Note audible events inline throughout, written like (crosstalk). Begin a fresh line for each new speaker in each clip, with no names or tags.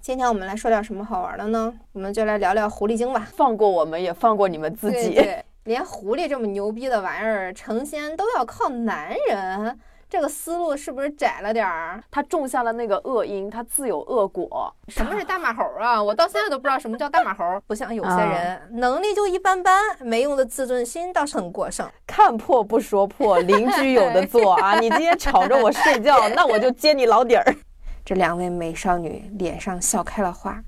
今天我们来说点什么好玩的呢？我们就来聊聊狐狸精吧。
放过我们，也放过你们自
对
己。
(laughs) 对，连狐狸这么牛逼的玩意儿成仙都要靠男人，这个思路是不是窄了点儿？
(laughs) 他种下了那个恶因，他自有恶果。
什么是大马猴 (laughs) 啊？我到现在都不知道什么叫大马猴。不像有些
啊
人能力就一般般，没用的自尊心倒是很过剩。
看破不说破，邻居有的做
(laughs)
啊！你今天吵着我睡觉，那我就揭你老底儿。
这两位美少女脸上笑开了花，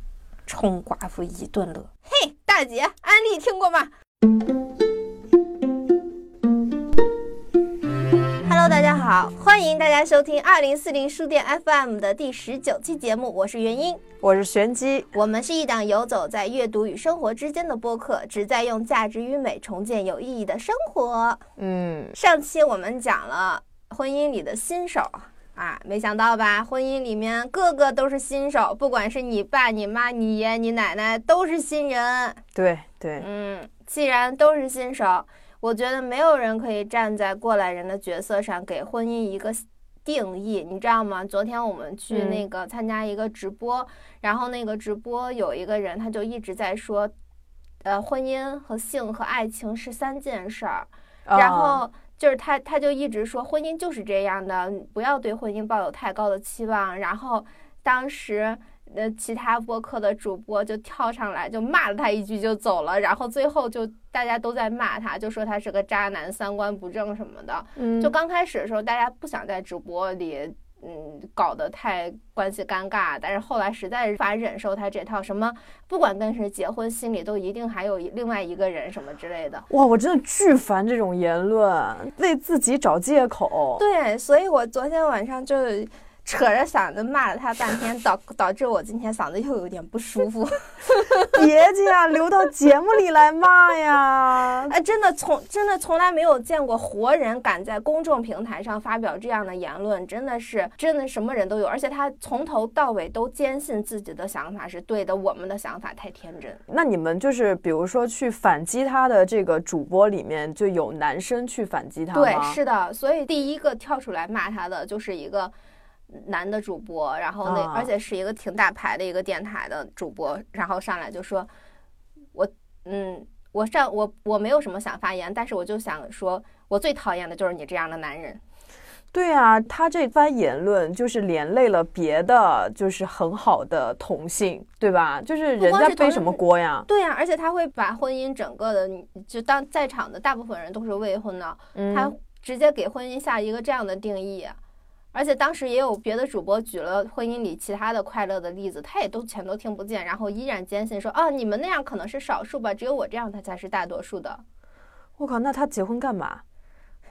冲寡妇一顿乐。嘿，大姐，安利听过吗？Hello，大家好，欢迎大家收听二零四零书店 FM 的第十九期节目，我是元英。
我是玄机，
我们是一档游走在阅读与生活之间的播客，旨在用价值与美重建有意义的生活。
嗯，
上期我们讲了婚姻里的新手啊，没想到吧？婚姻里面个个都是新手，不管是你爸、你妈、你爷、你奶奶，都是新人。
对对，
嗯，既然都是新手，我觉得没有人可以站在过来人的角色上给婚姻一个定义，你知道吗？昨天我们去
嗯
那个参加一个直播，然后那个直播有一个人他就一直在说，呃，婚姻和性和爱情是三件事儿。然
啊
后就是他，他就一直说婚姻就是这样的，你不要对婚姻抱有太高的期望。然后当时呃，其他播客的主播就跳上来就骂了他一句就走了，然后最后就大家都在骂他，就说他是个渣男，三观不正什么的。
嗯
就刚开始的时候，大家不想在直播里。嗯，搞得太关系尴尬，但是后来实在是无法忍受他这套什么，不管跟谁结婚，心里都一定还有一另外一个人什么之类的。
哇，我真的巨烦这种言论，为自己找借
(laughs)
口。
对，所以我昨天晚上就扯着嗓子骂了他半天，导导致我今天嗓子又有点不舒服。 (laughs)
别介啊，留到节目里来骂呀。
哎，真的从真的从来没有见过活人敢在公众平台上发表这样的言论，真的是真的什么人都有，而且他从头到尾都坚信自己的想法是对的，我们的想法太天真。
那你们就是比如说去反击他的这个主播里面，就有男生去反击他吗？
对，是的，所以第一个跳出来骂他的就是一个男的主播，然后那、
啊
而且是一个挺大牌的一个电台的主播，然后上来就说，我嗯，我上我我没有什么想发言，但是我就想说，我最讨厌的就是你这样的男人。
对啊，他这番言论就是连累了别的，就是很好的同性，对吧？就是
不
人
光
家
是同
背
性
什么锅呀？
对啊呀、而且他会把婚姻整个的，就当在场的大部分人都是未婚的，他
嗯，
直接给婚姻下一个这样的定义。而且当时也有别的主播举了婚姻里其他的快乐的例子，他也都全都听不见，然后依然坚信说啊，你们那样可能是少数吧，只有我这样他才是大多数的，
我靠，那他结婚干嘛？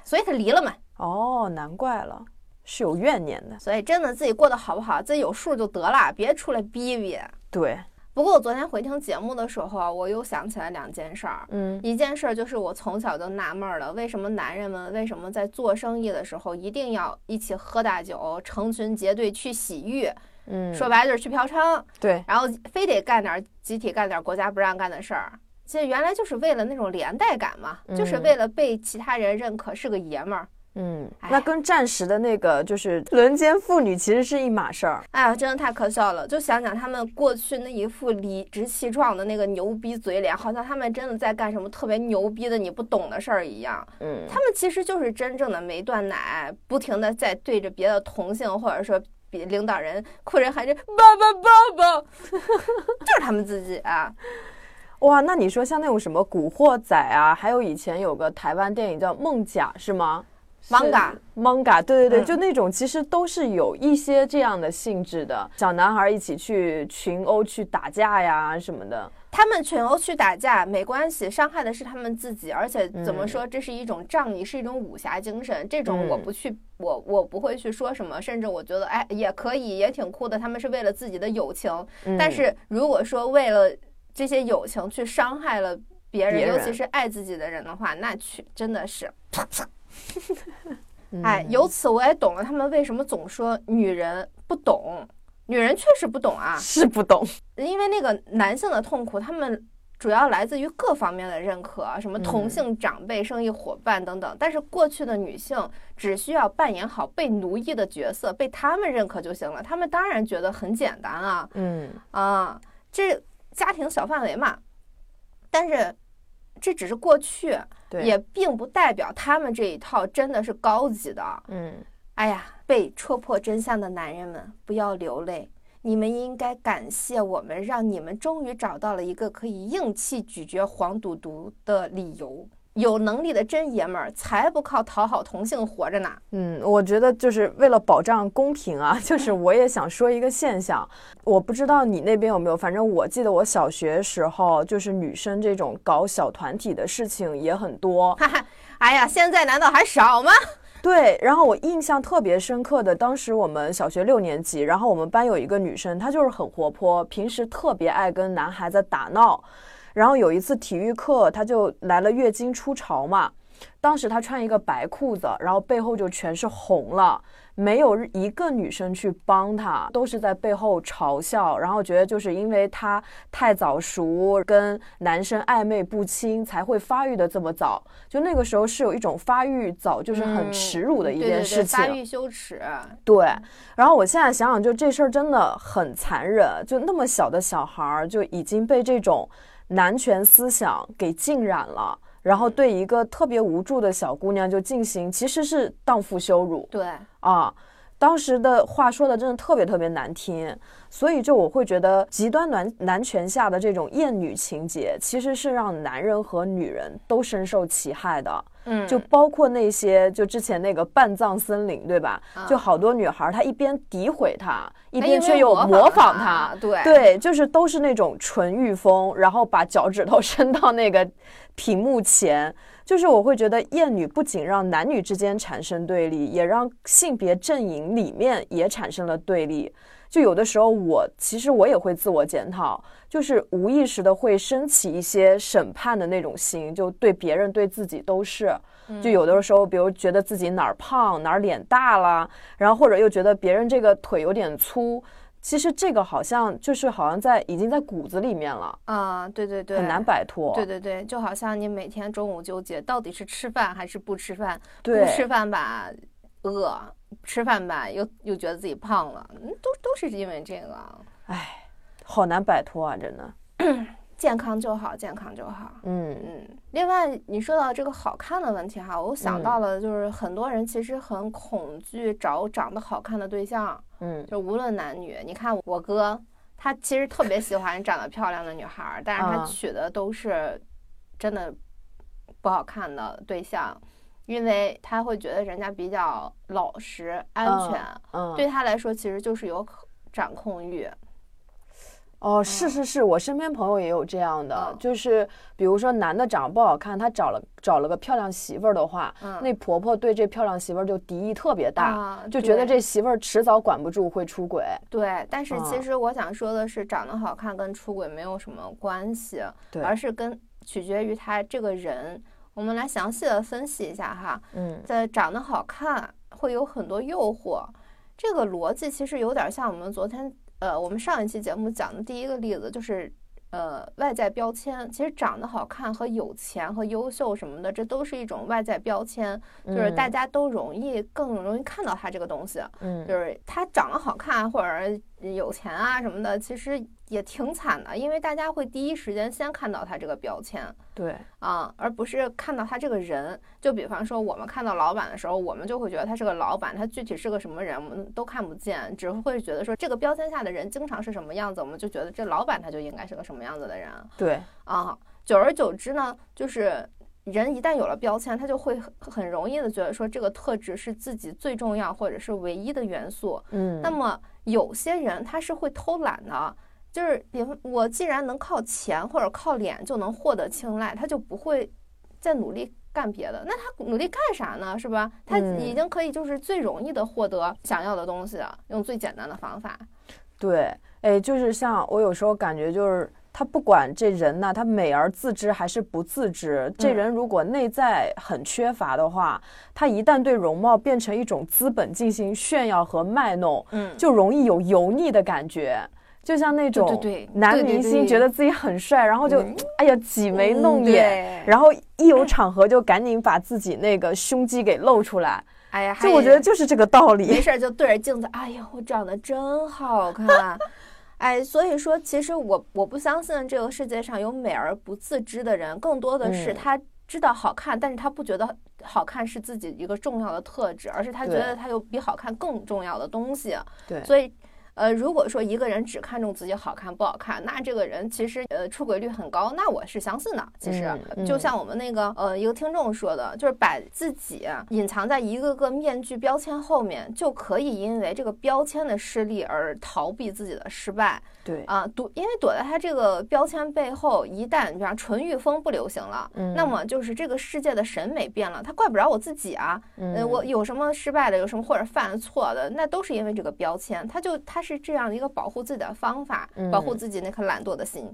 所以他离了嘛。
哦，难怪了，是有怨念的。
所以真的自己过得好不好，自己有数就得了，别出来逼逼。
对，
不过我昨天回听节目的时候，啊我又想起来两件事儿，
嗯
一件事儿就是我从小就纳闷儿了，为什么男人们为什么在做生意的时候一定要一起喝大酒，成群结队去洗浴？
嗯，
说白了就是去嫖娼，
对，
然后非得干点儿集体干点儿国家不让干的事儿。其实原来就是为了那种连带感嘛，就是
嗯
为了被其他人认可是个爷们儿。
嗯，
哎
那跟战时的那个就是轮奸妇女其实是一码事儿。
哎呀，真的太可笑了！就想想他们过去那一副理直气壮的那个牛逼嘴脸，好像他们真的在干什么特别牛逼的你不懂的事儿一样。
嗯，
他们其实就是真正的没断奶，不停的在对着别的同性或者说比领导人或者喊着爸爸爸爸， (laughs) 就是他们自己啊。
哇，那你说像那种什么《古惑仔》啊，还有以前有个台湾电影叫《梦甲》，是吗
manga
是 manga，对对对，
嗯
就那种其实都是有一些这样的性质的，小男孩一起去群殴、去打架呀什么的。
他们群殴去打架没关系，伤害的是他们自己，而且怎么
嗯
说，这是一种仗义，是一种武侠精神。这种我
嗯
不去，我我不会去说什么，甚至我觉得哎也可以，也挺酷的。他们是为了自己的友情，
嗯
但是如果说为了这些友情去伤害了别人，
别人
尤其是爱自己的人的话，那去真的是，
嗯
哎，由此我也懂了他们为什么总说女人不懂，女人确实不懂啊。
是不懂，
因为那个男性的痛苦，他们主要来自于各方面的认可，啊什么
嗯
同性长辈、生意伙伴等等。但是过去的女性只需要扮演好被奴役的角色，被他们认可就行了。他们当然觉得很简单啊
嗯
啊，这家庭小范围嘛。但是这只是过去，
对，
也并不代表他们这一套真的是高级的。
嗯
哎呀，被戳破真相的男人们，不要流泪，你们应该感谢我们，让你们终于找到了一个可以硬气咀嚼黄赌毒的理由。有能力的真爷们儿才不靠讨好同性活着呢。
嗯，我觉得就是为了保障公平啊， (laughs) 就是我也想说一个现象，我不知道你那边有没有，反正我记得我小学时候就是女生这种搞小团体的事情也很多，
哈哈，哎呀，现在难道还少吗？
对，然后我印象特别深刻的，当时我们小学六年级，然后我们班有一个女生，她就是很活泼，平时特别爱跟男孩子打闹。然后有一次体育课，她就来了月经初潮嘛，当时她穿一个白裤子，然后背后就全是红了，没有一个女生去帮她，都是在背后嘲笑，然后觉得就是因为她太早熟，跟男生暧昧不清，才会发育的这么早。就那个时候是有一种发育早，就是很
嗯
耻辱的一
对对
件
对
事情。
发育羞耻，
对，然后我现在想想，就这事儿真的很残忍，就那么小的小孩儿就已经被这种男权思想给浸染了，然后对一个特别无助的小姑娘就进行其实是荡妇羞辱
对，
啊。当时的话说的真的特别特别难听，所以就我会觉得极端男男权下的这种厌女情节，其实是让男人和女人都深受其害的。
嗯，
就包括那些就之前那个半藏森林，对吧？
啊
就好多女孩儿她一边诋毁他，嗯一
哎
边
因为
却又模
模
仿
仿
他
他，对
对，就是都是那种纯欲风，然后把脚趾头伸到那个屏幕前。就是我会觉得厌女不仅让男女之间产生对立，也让性别阵营里面也产生了对立。就有的时候我其实我也会自我检讨，就是无意识的会升起一些审判的那种心，就对别人对自己都是。就有的时候，比如觉得自己哪儿胖哪儿脸大啦，然后或者又觉得别人这个腿有点粗，其实这个好像就是好像在已经在骨子里面了，
啊、对对对，
很难摆脱。
对对对，就好像你每天中午纠结到底是吃饭还是不吃饭，
对
不吃饭吧饿，吃饭吧又又觉得自己胖了，嗯，都都是因为这个。
唉，好难摆脱啊，真的。
健康就好，健康就好。
嗯
嗯，另外你说到这个好看的问题哈，我想
嗯
到了就是很多人其实很恐惧找长得好看的对象，
嗯
就无论男女。你看我哥，他其实特别喜欢长得漂亮的女孩儿，但是
啊
他娶的都是真的不好看的对象，因为他会觉得人家比较老实、安
嗯
全，
嗯，啊
对他来说其实就是有可掌控欲。
哦，是是是，我身边朋友也有这样的
嗯，
就是比如说男的长得不好看，他找了找了个漂亮媳妇儿的话，
嗯
那婆婆对这漂亮媳妇儿就敌意特别大，
啊，
就觉
对
得这媳妇儿迟早管不住会出轨。
对，但是
啊
其实我想说的是，长得好看跟出轨没有什么关系，
对
而是跟取决于他这个人。我们来详细的分析一下哈，
嗯
在长得好看会有很多诱惑，这个逻辑其实有点像我们昨天呃，我们上一期节目讲的第一个例子，就是呃外在标签。其实长得好看和有钱和优秀什么的，这都是一种外在标签，就是
嗯
大家都容易更容易看到它这个东西。
嗯
就是他长得好看或者有钱啊什么的，其实也挺惨的，因为大家会第一时间先看到他这个标签
对，
啊，而不是看到他这个人。就比方说，我们看到老板的时候，我们就会觉得他是个老板，他具体是个什么人，我们都看不见，只会觉得说这个标签下的人经常是什么样子，我们就觉得这老板他就应该是个什么样子的人
对，
啊。久而久之呢，就是。人一旦有了标签，他就会很很容易的觉得说这个特质是自己最重要或者是唯一的元素，
嗯，
那么有些人他是会偷懒的，就是比方我既然能靠钱或者靠脸就能获得青睐，他就不会再努力干别的。那他努力干啥呢？是吧？他
嗯
已经可以就是最容易的获得想要的东西了，用最简单的方法。
对，哎，就是像我有时候感觉就是。他不管这人呐、他美而自知还是不自知，这
嗯
人如果内在很缺乏的话，他一旦对容貌变成一种资本进行炫耀和卖弄，
嗯，
就容易有油腻的感觉。就像那
对对
种
对
男
对对
明星
对
觉得自己很帅，然后就
嗯
哎呀挤眉弄眼，
对
然后一有场合就赶紧把自己那个胸肌给露出来，
哎呀，还
就我觉得就是这个道
没
理。
事儿就对着镜子，哎呀，我长得真好看。哎，所以说，其实我我不相信这个世界上有美而不自知的人，更多的是
嗯
他知道好看，但是他不觉得好看是自己一个重要的特质，而是他觉
对
得他有比好看更重要的东西。
对
所以，呃，如果说一个人只看重自己好看不好看，那这个人其实呃出轨率很高，那我是相信的。其实，
嗯嗯
就像我们那个呃一个听众说的，就是把自己啊隐藏在一个个面具标签后面，就可以因为这个标签的失利而逃避自己的失败
对，
啊。躲，因为躲在他这个标签背后，一旦比方纯欲风不流行了。
嗯
那么就是这个世界的审美变了，他怪不着我自己啊，
嗯
呃，我有什么失败的，有什么或者犯了错的，那都是因为这个标签，他就他是这样一个保护自己的方法，保护
嗯
自己那颗懒惰的心，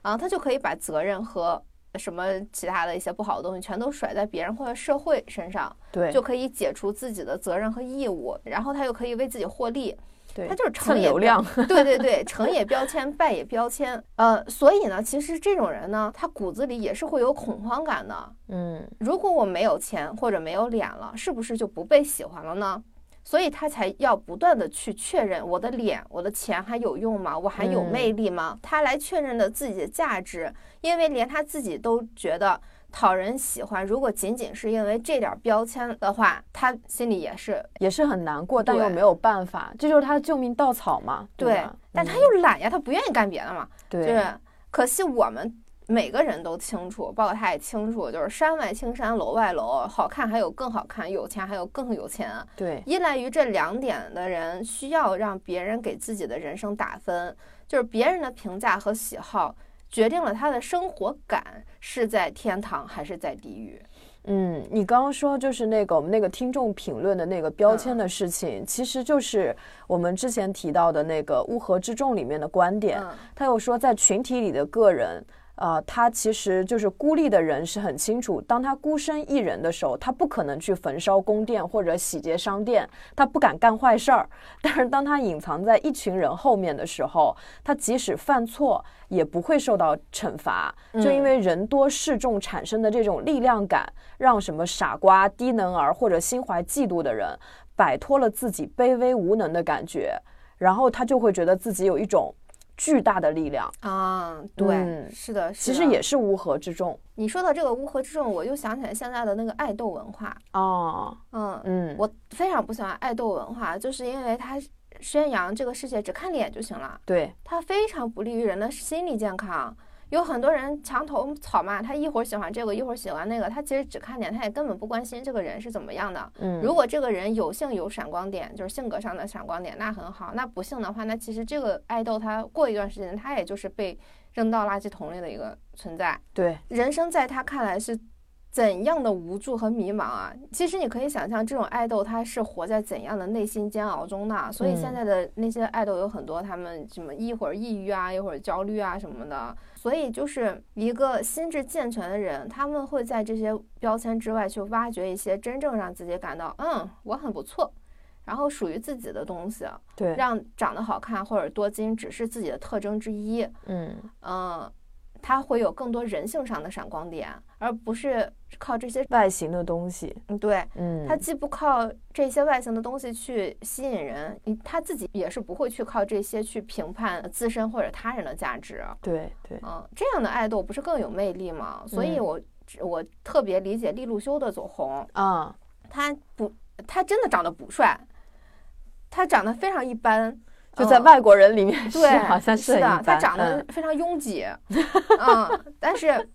啊，他就可以把责任和什么其他的一些不好的东西全都甩在别人或者社会身上，
对，
就可以解除自己的责任和义务，然后他又可以为自己获利，
对
他就是成
蹭
也
流
标
量，
对对对，成也标签，败也标签，呃，所以呢，其实这种人呢，他骨子里也是会有恐慌感的，
嗯，
如果我没有钱或者没有脸了，是不是就不被喜欢了呢？所以他才要不断的去确认我的脸、我的钱还有用吗？我还有
嗯
魅力吗？他来确认的自己的价值，因为连他自己都觉得讨人喜欢。如果仅仅是因为这点标签的话，他心里也是
也是很难过，但又
对
没有办法，这就是他的救命稻草嘛。
对，
吧
但他
嗯
又懒呀，他不愿意干别的嘛。
对
就是，可惜我们每个人都清楚，包括他也清楚，就是山外青山楼外楼，好看还有更好看，有钱还有更有钱。啊
对
依赖于这两点的人，需要让别人给自己的人生打分，就是别人的评价和喜好。决定了他的生活感是在天堂还是在地狱。
嗯，你刚刚说就是那个我们那个听众评论的那个标
嗯
签的事情，其实就是我们之前提到的那个《乌合之众》里面的观点，
嗯，
他又说在群体里的个人。啊、他其实就是孤立的人是很清楚，当他孤身一人的时候，他不可能去焚烧宫殿或者洗劫商店，他不敢干坏事儿。但是当他隐藏在一群人后面的时候，他即使犯错也不会受到惩罚，就因
嗯
为人多势众产生的这种力量感，让什么傻瓜、低能儿或者心怀嫉妒的人摆脱了自己卑微无能的感觉，然后他就会觉得自己有一种巨大的力量。
啊，对，
嗯
是的，是啊
其
的。
实也是乌合之众
你说到这个乌合之众，我就想起来现在的那个爱豆文化。
哦，
嗯，
嗯，
我非常不喜欢爱豆文化，就是因为它宣扬这个世界只看脸就行了，
对，
它非常不利于人的心理健康。有很多人墙头草嘛，他一会儿喜欢这个，一会儿喜欢那个，他其实只看脸，他也根本不关心这个人是怎么样的。
嗯，
如果这个人有幸有闪光点，就是性格上的闪光点，那很好；那不幸的话，那其实这个爱豆他过一段时间，他也就是被扔到垃圾桶里的一个存在。
对，
人生在他看来是怎样的无助和迷茫啊！其实你可以想象，这种爱豆他是活在怎样的内心煎熬中的。所以现
嗯
在的那些爱豆有很多，他们什么一会儿抑郁啊，一会儿焦虑啊什么的。所以就是一个心智健全的人，他们会在这些标签之外去挖掘一些真正让自己感到嗯我很不错，然后属于自己的东西，啊
对，
让长得好看或者多金只是自己的特征之一。
嗯，
嗯，它会有更多人性上的闪光点，而不是靠这些。
外形的东西，
嗯，对，
嗯，
它既不靠这些外形的东西去吸引人，你他自己也是不会去靠这些去评判自身或者他人的价值。
对对，
嗯，这样的爱豆不是更有魅力吗？所以
嗯
我，我特别理解利路修的走红，
啊，
他不，他真的长得不帅，他长得非常一般，
就在
嗯
外国人里面是
对，
(laughs) 好像
是
很
的
一，
他
般，
长得
嗯
非常拥
(laughs)
挤，嗯，但是，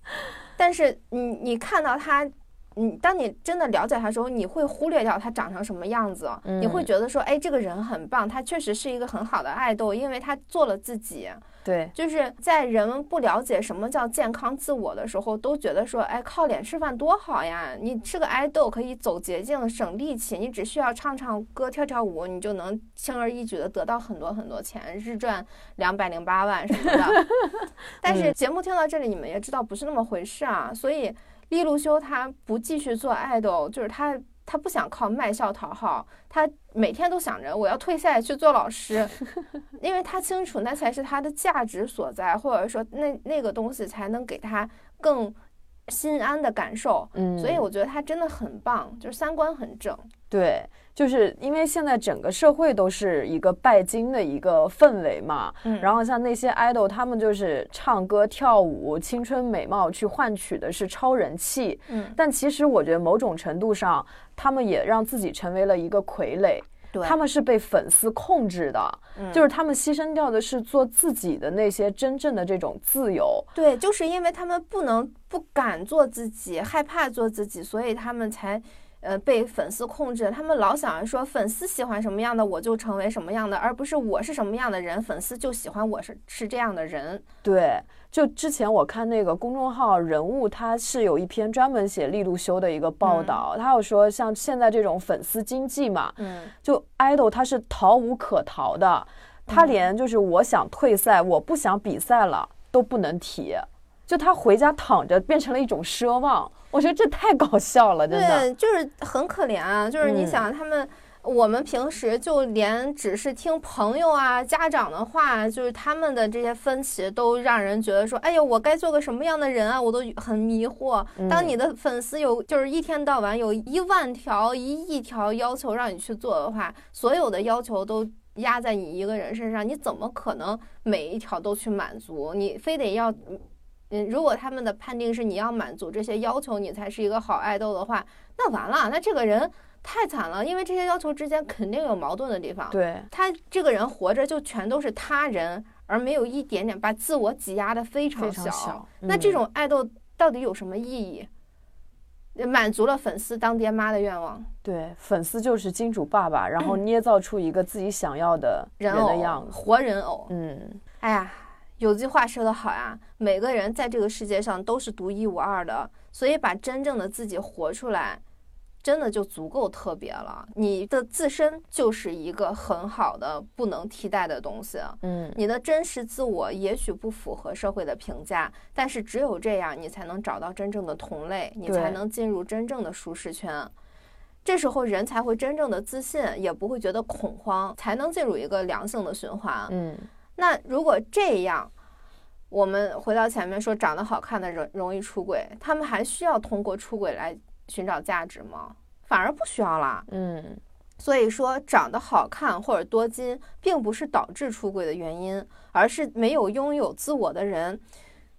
但是你你看到他，你当你真的了解他的时候，你会忽略掉他长成什么样子，你会
嗯
觉得说，哎，这个人很棒，他确实是一个很好的爱豆，因为他做了自己。
对
就是在人们不了解什么叫健康自我的时候，都觉得说，哎，靠脸吃饭多好呀！你是个爱豆，可以走捷径，省力气，你只需要唱唱歌、跳跳舞，你就能轻而易举的得到很多很多钱，日赚两百零八万什么的。 (laughs) 但是节目听到这里，你们也知道不是那么回事啊。所以利路修他不继续做爱豆，就是他他不想靠卖笑讨好，他每天都想着我要退下来去做老师，因为他清楚那才是他的价值所在，或者说那那个东西才能给他更心安的感受。
嗯，
所以我觉得他真的很棒，就是三观很正。
对，就是因为现在整个社会都是一个拜金的一个氛围嘛，
嗯
然后像那些 idol，他们就是唱歌、跳舞、青春美貌去换取的是超人气，
嗯，
但其实我觉得某种程度上，他们也让自己成为了一个傀儡，
对
他们是被粉丝控制的，
嗯
就是他们牺牲掉的是做自己的那些真正的这种自由，
对，就是因为他们不能不敢做自己，害怕做自己，所以他们才。呃，被粉丝控制，他们老想着说粉丝喜欢什么样的我就成为什么样的，而不是我是什么样的人，粉丝就喜欢我是是这样的人。
对，就之前我看那个公众号人物，他是有一篇专门写利路修的一个报
嗯
道，他有说像现在这种粉丝经济嘛，
嗯，
就 idol 他是逃无可逃的，他
嗯
连就是我想退赛，我不想比赛了都不能提，就他回家躺着变成了一种奢望，我觉得这太搞笑了，真的。
对，就是很可怜啊，就是你
嗯
想他们。我们平时就连只是听朋友啊、家长的话，就是他们的这些分歧，都让人觉得说：“哎呀，我该做个什么样的人啊？”我都很迷惑。
嗯
当你的粉丝有就是一天到晚有一万条、一亿条要求让你去做的话，所有的要求都压在你一个人身上，你怎么可能每一条都去满足？你非得要，嗯，如果他们的判定是你要满足这些要求，你才是一个好爱豆的话，那完了，那这个人太惨了，因为这些要求之间肯定有矛盾的地方。
对，
他这个人活着就全都是他人，而没有一点点把自我挤压的非常
非
小。
常小。
那
嗯
这种爱豆到底有什么意义？呃满足了粉丝当爹妈的愿望，
对粉丝就是金主爸爸，然后捏造出一个自己想要的
嗯人
人
偶
的样子。
活人偶。
嗯。
哎呀，有句话说得好呀，每个人在这个世界上都是独一无二的，所以把真正的自己活出来，真的就足够特别了。你的自身就是一个很好的、不能替代的东西。
嗯，
你的真实自我也许不符合社会的评价，但是只有这样，你才能找到真正的同类，你
对
才能进入真正的舒适圈。这时候人才会真正的自信，也不会觉得恐慌，才能进入一个良性的循环。啊
嗯，
那如果这样，我们回到前面说，长得好看的容容易出轨，他们还需要通过出轨来寻找价值吗？反而不需要啦。
嗯，
所以说，长得好看或者多金，并不是导致出轨的原因，而是没有拥有自我的人，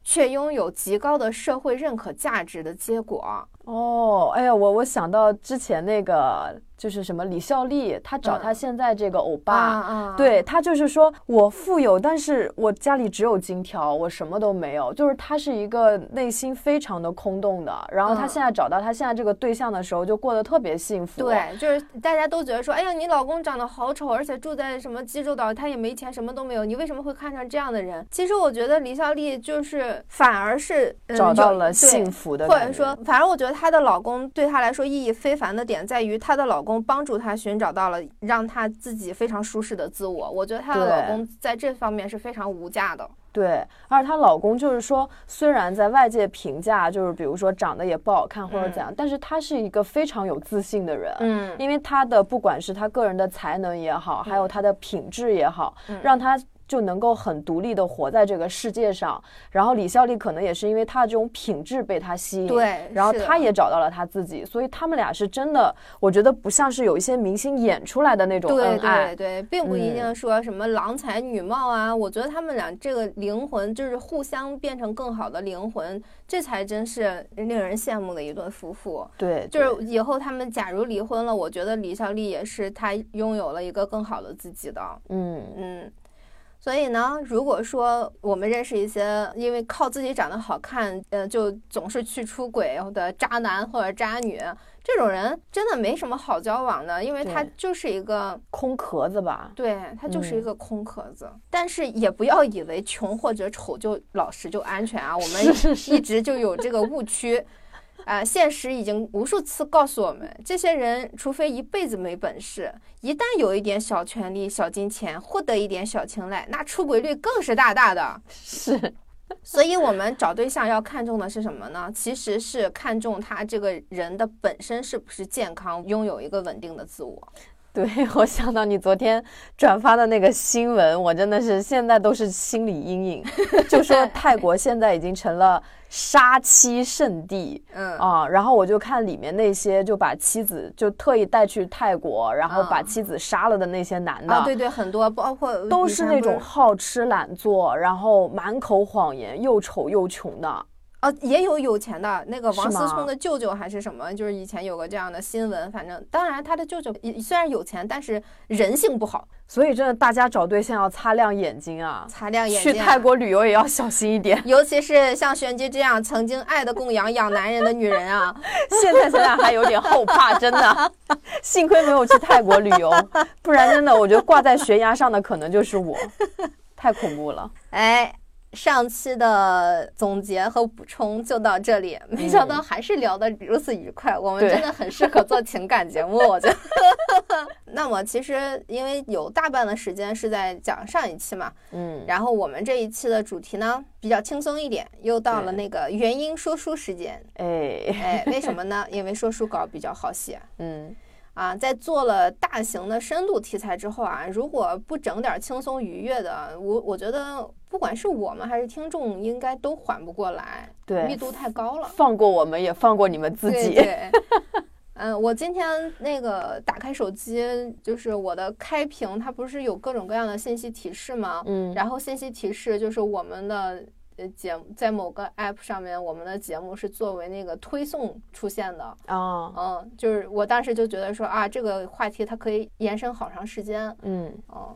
却拥有极高的社会认可价值的结果。
哦，哎呀，我我想到之前那个就是什么李孝利，他找他
嗯
现在这个欧
啊
巴，
啊，
对他就是说我富有，但是我家里只有金条，我什么都没有，就是他是一个内心非常的空洞的。然后他
嗯
现在找到他现在这个对象的时候，就过得特别幸福。，
对，就是大家都觉得说，哎呀，你老公长得好丑，而且住在什么济州岛，他也没钱，什么都没有，你为什么会看上这样的人？其实我觉得李孝利就是反而是、嗯、
找到
有
了
对
幸福的
或者
感觉，
说，反正我觉得她的老公对她来说意义非凡的点在于，她的老公帮助她寻找到了让她自己非常舒适的自我。我觉得她的
对
老公在这方面是非常无价的。
对，而她老公就是说，虽然在外界评价就是比如说长得也不好看或者怎样，但是他是一个非常有自信的人。
嗯，
因为他的不管是他个人的才能也好，还有他的品质也好，
嗯
让他就能够很独立的活在这个世界上。然后李孝利可能也是因为他的这种品质被他吸引，
对
然后
是的
他也找到了他自己，所以他们俩是真的，我觉得不像是有一些明星演出来的那种
对
恩
对
爱，嗯
对，并不一定说什么郎才女貌啊。我觉得他们俩这个灵魂就是互相变成更好的灵魂，这才真是令人羡慕的一对夫妇。
对，
就是
对
以后他们假如离婚了，我觉得李孝利也是她拥有了一个更好的自己的。
嗯
嗯，所以呢，如果说我们认识一些因为靠自己长得好看，呃，就总是去出轨的渣男或者渣女，这种人真的没什么好交往的，因为他
对
就是一个，
空壳子
(laughs)
吧，
对他
嗯
就是一个空壳子。但是也不要以为穷或者丑就老实就安全啊，我们
是是是
一直就有这个误区。啊、现实已经无数次告诉我们，这些人除非一辈子没本事，一旦有一点小权利、小金钱，获得一点小青睐，那出轨率更是大大的。
是，
所以，我们找对象要看重的是什么呢？其实是看重他这个人的本身是不是健康，拥有一个稳定的自我。
(laughs) 对，我想到你昨天转发的那个新闻，我真的是现在都是心理阴影。 (laughs)
(laughs)
就说泰国现在已经成了杀妻圣地
嗯
啊，然后我就看里面那些就把妻子就特意带去泰国，然后把
啊
妻子杀了的那些男的，
啊，对对，很多包括
都
以
是
前
那
不
种好吃懒做，然后满口谎言，又丑又穷的。
哦，也有有钱的，那个王
是
思
吗
聪的舅舅还是什么，就是以前有个这样的新闻。反正当然，他的舅舅也虽然有钱，但是人性不好，
所以真的，大家找对象要擦亮眼睛啊！
擦亮眼
去
睛。
泰，国旅游也要小心一点。
尤其是像玄机这样曾经爱的供养养男人的女人啊， (laughs)
现在想想还有点后怕，真的。幸亏没有去泰国旅游，不然真的，我觉得挂在悬崖上的可能就是我，太恐怖了。
哎。上期的总结和补充就到这里，没想到还是聊得如此愉快。我们
嗯对
真的很适合做情感节目，我觉得。 (laughs) 那么其实因为有大半的时间是在讲上一期嘛，
嗯，
然后我们这一期的主题呢比较轻松一点，又到了
对
那个原因说书时间。
哎，
哎，为什么
(laughs)
呢？因为说书稿比较好写
嗯，
啊。在做了大型的深度题材之后啊，如果不整点轻松愉悦的，我我觉得不管是我们还是听众，应该都缓不过来，密
对，
度太高了。
放过我们，也放过你们自
对
己。
对。 (laughs) 嗯，我今天那个打开手机，就是我的开屏，它不是有各种各样的信息提示吗？
嗯，
然后信息提示就是我们的呃节目在某个 app 上面，我们的节目是作为那个推送出现的。
啊，
嗯，就是我当时就觉得说啊，这个话题它可以延伸好长时间。
嗯，
嗯，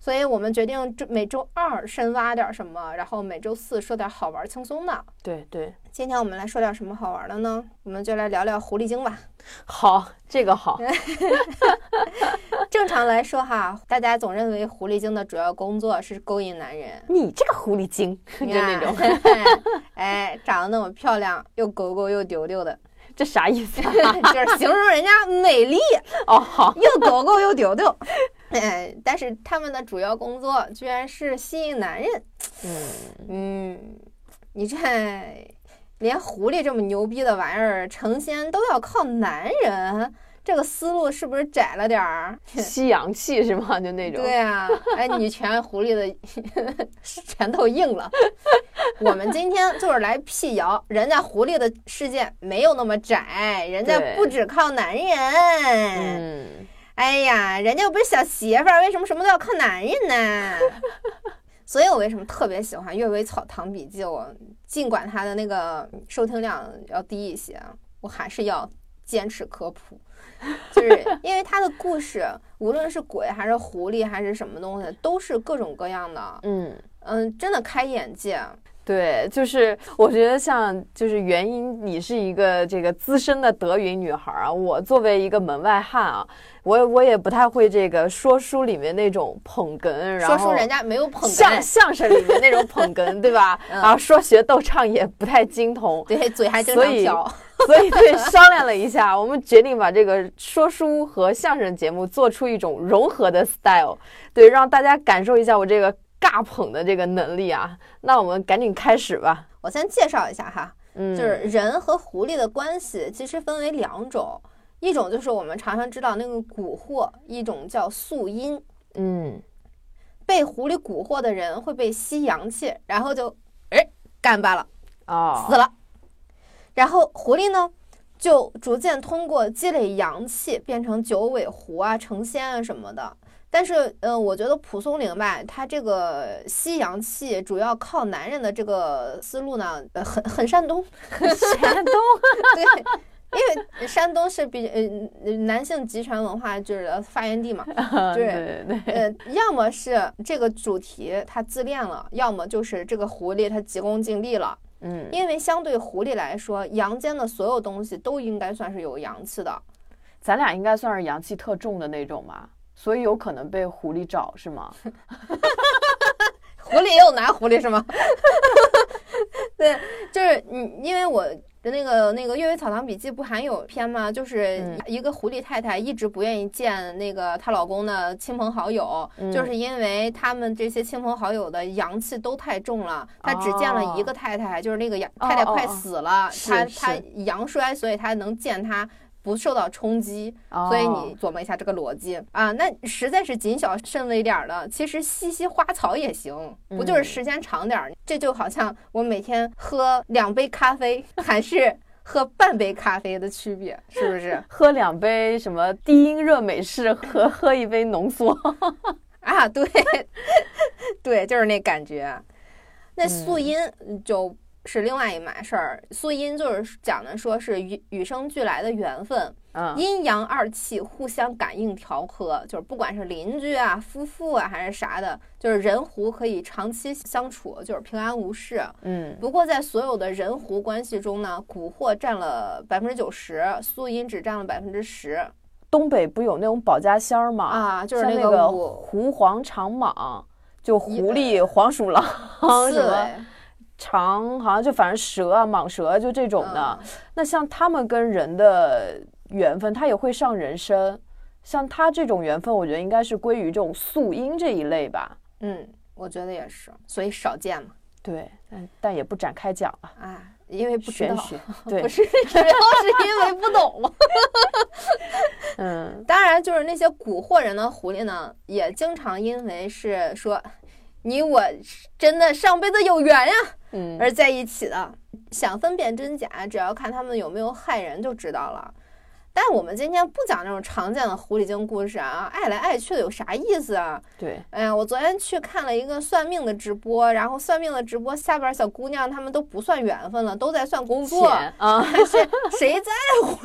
所以我们决定这每周二深挖点什么，然后每周四说点好玩轻松的。
对对，
今天我们来说点什么好玩的呢？我们就来聊聊狐狸精吧。
好，这
(laughs)
个好。
正常来说哈，大家总认为狐狸精的主要工作是勾引男人，
你这个狐狸精，就
你啊
那种，
种， (laughs) 哎，长得那么漂亮，又狗狗又丢丢的， (laughs)
这啥意思啊？
就是形容人家美丽，
哦，好，
又狗狗又丢丢。哎，但是他们的主要工作居然是吸引男人。
嗯，
嗯，你这连狐狸这么牛逼的玩意儿成仙都要靠男人，这个思路是不是窄了点儿？
吸阳气是吗？就那种。
对啊，哎，女权狐狸的 (laughs) 拳头硬了。我们今天就是来辟谣，人家狐狸的世界没有那么窄，人家
对
不只靠男人。
嗯，
哎呀，人家又不是小媳妇儿，为什么什么都要靠男人
(laughs)
呢？所以我为什么特别喜欢《阅微草堂笔记》？我尽管它的那个收听量要低一些，我还是要坚持科普，就是因为它的故事，无论是鬼还是狐狸还是什么东西，都是各种各样的。
嗯。
嗯，真的开眼界。
对，就是我觉得像就是原因，你是一个这个资深的德云女孩儿啊，我作为一个门外汉啊，我也我也不太会这个说书里面那种捧哏，然
说
后
书人家没有捧
相
哏，
相声里面那种捧哏，对吧？
嗯
然后说学逗唱也不太精通，
对，嘴还经常
所以
瓢。
所以对商量了一下，我们决定把这个说书和相声节目做出一种融合的 style，对，让大家感受一下我这个尬捧的这个能力啊。那我们赶紧开始吧，
我先介绍一下哈，
嗯，
就是人和狐狸的关系其实分为两种，一种就是我们常常知道那个蛊惑，一种叫宿阴。
嗯。
被狐狸蛊惑的人会被吸阳气，然后就哎干巴了，
哦，
(laughs) 死了。然后狐狸呢，就逐渐通过积累阳气变成九尾狐啊、成仙啊什么的。但是，嗯，我觉得蒲松龄吧，他这个吸阳气主要靠男人的这个思路呢，呃，很很山东，
(laughs) 山东，
(laughs) 对，因为山东是比呃男性集权文化就是发源地嘛，
对对对，
呃，要么是这个主题他自恋了，要么就是这个狐狸他急功近利了。
嗯，
因为相对狐狸来说，阳间的所有东西都应该算是有阳气的。
咱俩应该算是阳气特重的那种吧，所以有可能被狐狸找是吗？
狐狸也有男狐狸是吗？ (laughs) 对，就是嗯，因为我。那个那个《阅微草堂笔记》不还有篇吗？就是
嗯
一个狐狸太太一直不愿意见那个她老公的亲朋好友，
嗯
就是因为他们这些亲朋好友的阳气都太重了。她只见了一个太太，就是那个阳
哦
太太快
哦哦
死了，
是
她
是
她阳衰，所以她能见她不受到冲击。 (laughs)
哦
所以你琢磨一下这个逻辑啊，那实在是谨小慎微点儿了。其实吸吸花草也行，不就是时间长点儿？这就好像我每天喝两杯咖啡，还是喝半杯咖啡的区别，是不是？
哦
(laughs)
喝两杯什么低音热美式和喝一杯
(laughs)
浓缩，
啊，对， (laughs) 对，就是那感觉。啊那素音就是另外一码事儿，素音就是讲的说是与与生俱来的缘分，
嗯，
阴阳二气互相感应调和，就是不管是邻居啊、夫妇啊还是啥的，就是人狐可以长期相处，就是平安无事。
嗯
不过在所有的人狐关系中呢，蛊惑占了百分之九十，素音只占了百分之十
东北不有那种保家仙儿吗？
啊，就是
像
那
那
个五
狐黄长蟒，就狐狸、黄鼠狼什
刺
么
猬
长，好像就反正蛇啊、蟒蛇啊就这种的。
嗯
那像他们跟人的缘分，他也会上人参。像他这种缘分，我觉得应该是归于这种素阴这一类吧。
嗯，我觉得也是，所以少见嘛
对，但但也不展开讲 (laughs) 了，
啊，因为不知道
玄，学。对
不，是， (laughs) 主要是因为不懂啊了。
嗯，
当然，就是那些蛊惑人的狐狸呢，也经常因为是说你我真的上辈子有缘呀、
嗯
而在一起的。想分辨真假，只要看他们有没有害人就知道了。但我们今天不讲那种常见的狐狸精故事啊，爱来爱去的有啥意思啊？
对，
哎呀，我昨天去看了一个算命的直播，然后算命的直播下边小姑娘她们都不算缘分了，都在算工作。
钱啊， (laughs)
谁谁在乎？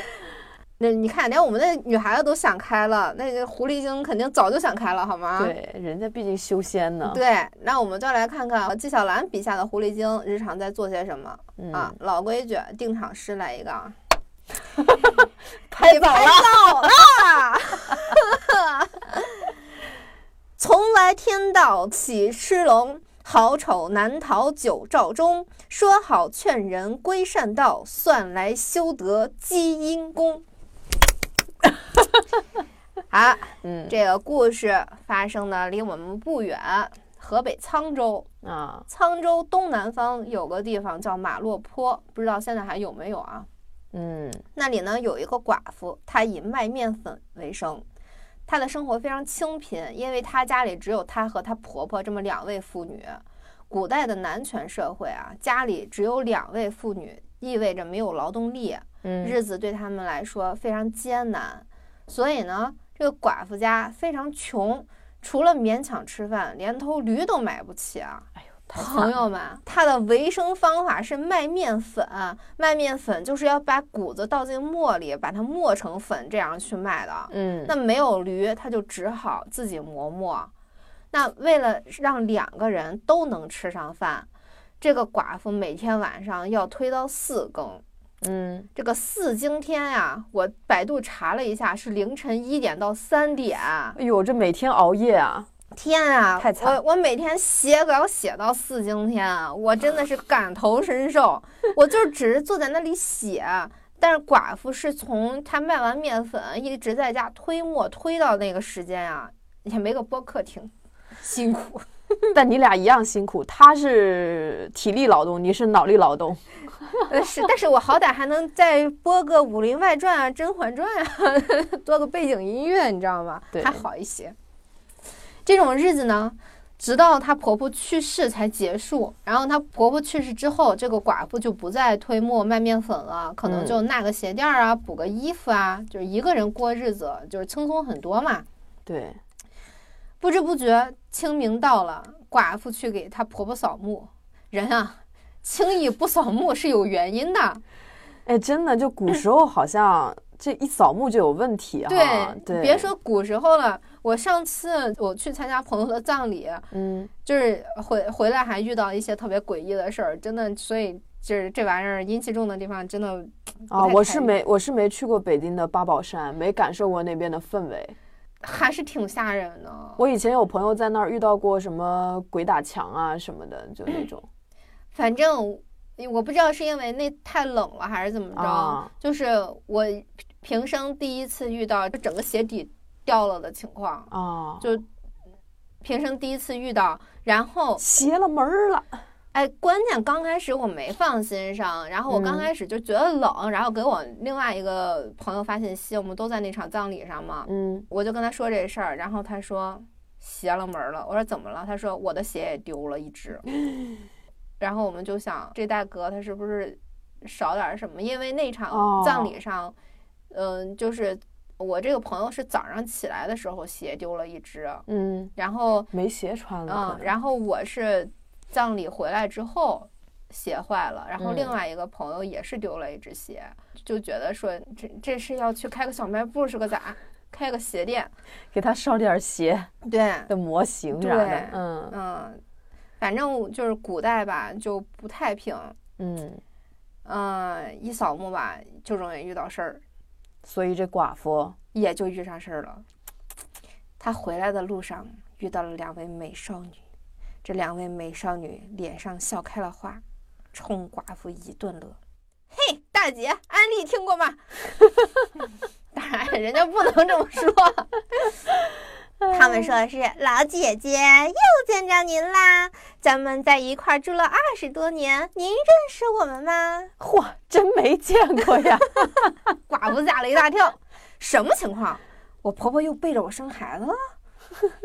(laughs) 那你看，连我们那女孩子都想开了，那个狐狸精肯定早就想开了，好吗？
对，人家毕竟修仙呢。
对那我们就来看看纪晓岚笔下的狐狸精日常在做些什么、
嗯
啊？老规矩，定场诗来一个
(laughs)
啊！
拍
早了，早
(laughs)
了。从来天道喜吃龙，好丑难逃九照中。说好劝人归善道，算来修得积阴功。 (laughs) 啊，
嗯
这个故事发生的离我们不远，河北沧州。
啊，
沧州东南方有个地方叫马洛坡，不知道现在还有没有啊？
嗯
那里呢有一个寡妇，她以卖面粉为生，她的生活非常清贫，因为她家里只有她和她婆婆这么两位妇女。古代的男权社会啊，家里只有两位妇女，意味着没有劳动力，
嗯
日子对他们来说非常艰难。所以呢，这个寡妇家非常穷，除了勉强吃饭，连头驴都买不起啊。
哎太惨
朋
了
友们，他的维生方法是卖面粉，卖面粉就是要把谷子倒进磨里，把它磨成粉，这样去卖的。
嗯
那没有驴，他就只好自己磨磨。那为了让两个人都能吃上饭，这个寡妇每天晚上要推到四更。
嗯，
这个四更天呀、我百度查了一下，是凌晨一点到三点。
哎呦，这每天熬夜啊，
天啊，
太惨
我我每天写稿写到四更天啊，我真的是感同身受。我就只是坐在那里写，但是寡妇是从她卖完面粉一直在家推磨推到那个时间啊，也没个播客听，辛苦。
(laughs) 但你俩一样辛苦，他是体力劳动，你是脑力劳动。
呃是，但是我好歹还能再播个《武林外传》啊，《甄嬛传》啊， (laughs) 多个背景音乐，你知道吗？
对
还好一些。这种日子呢，直到她婆婆去世才结束。然后她婆婆去世之后，这个寡妇就不再推磨卖面粉了，可能
嗯
就纳个鞋垫儿啊，补个衣服啊，就是一个人过日子，就是轻松很多嘛。
对，
不知不觉，清明到了，寡妇去给她婆婆扫墓。人啊，轻易不扫墓是有原因的。
哎，真的，就古时候好像这一扫墓就有问题哈。
对，
对，
别，说古时候了，我上次我去参加朋友的葬礼，
嗯，
就是回回来还遇到一些特别诡异的事儿，真的，所以就是这玩意儿阴气重的地方，真的
啊，
太
我
开
是没，我是没去过北京的八宝山，没感受过那边的氛围。
还是挺吓人的。
我以前有朋友在那儿遇到过什么鬼打墙啊什么的，就那种。
反正我不知道是因为那太冷了还是怎么着，
啊
就是我平生第一次遇到就整个鞋底掉了的情况，
啊，
就平生第一次遇到，然后
邪了门儿了。
哎，关键刚开始我没放心上，然后我刚
嗯
开始就觉得冷，然后给我另外一个朋友发信息，我们都在那场葬礼上嘛，
嗯，
我就跟他说这事儿，然后他说邪了门儿了，我说怎么了？他说我的鞋也丢了一
(laughs)
只，然后我们就想这大哥他是不是少点儿什么？因为那
哦
场葬礼上，嗯、就是我这个朋友是早上起来的时候鞋丢了一只，
嗯，
然后
没鞋穿了
嗯
可，能，
然后我是葬礼回来之后鞋坏了，然后另
嗯
外一个朋友也是丢了一只鞋，就觉得说这这是要去开个小卖部是个咋？开个鞋店，
给他烧点鞋
对，
的模型啥
对
的，嗯
嗯，反正就是古代吧，就不太平，
嗯，
嗯，一扫墓吧就容易遇到事儿，
所以这寡妇，
也就遇上事儿了。他回来的路上遇到了两位美少女，这两位美少女脸上笑开了花，冲寡妇一顿乐。嘿，大姐，安利听过 (laughs) 吗？当然，人家不能这么 (laughs) 说。他们说的是老姐姐又见着您啦，咱们在一块儿住了二十多年，您认识我们吗？
嚯，真没见过
(laughs)
呀，
寡妇吓了一大跳，什么情况？我婆婆又背着我生孩子了，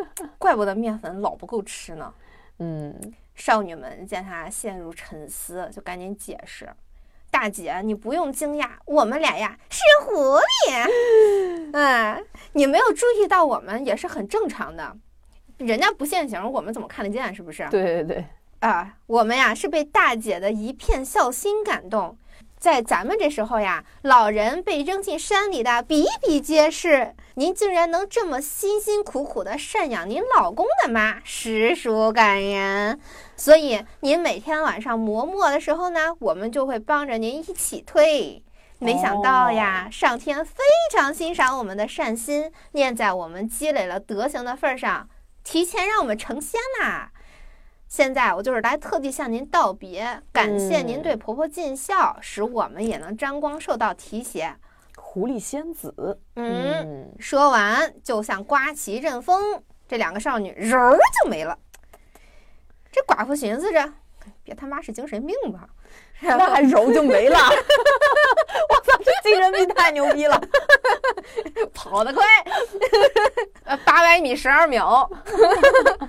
(laughs) 怪不得面粉老不够吃呢。
嗯，
少女们见她陷入沉思，就赶紧解释：“大姐，你不用惊讶，我们俩呀是狐狸。 (laughs) 哎，你没有注意到我们也是很正常的，人家不现形，我们怎么看得见？是不是？
对对对，
啊，我们呀是被大姐的一片孝心感动。在咱们这时候呀，老人被扔进山里的比比皆是。您竟然能这么辛辛苦苦的赡养您老公的妈，实属感人。所以您每天晚上磨墨的时候呢，我们就会帮着您一起推。没想到呀，上天非常欣赏我们的善心，念在我们积累了德行的份儿上，提前让我们成仙啦。现在我就是来特地向您道别，感谢您
嗯
对婆婆尽孝，使我们也能沾光受到提携。
狐狸仙子，
嗯，
嗯，
说完就像刮起一阵风，这两个少女人儿就没了。这寡妇寻思着，哎别他妈是精神病吧？然
那
后
还揉就没了， (laughs) 我操，这精神病太牛逼了，
跑得快， (laughs) 呃，八百米十二秒， (laughs)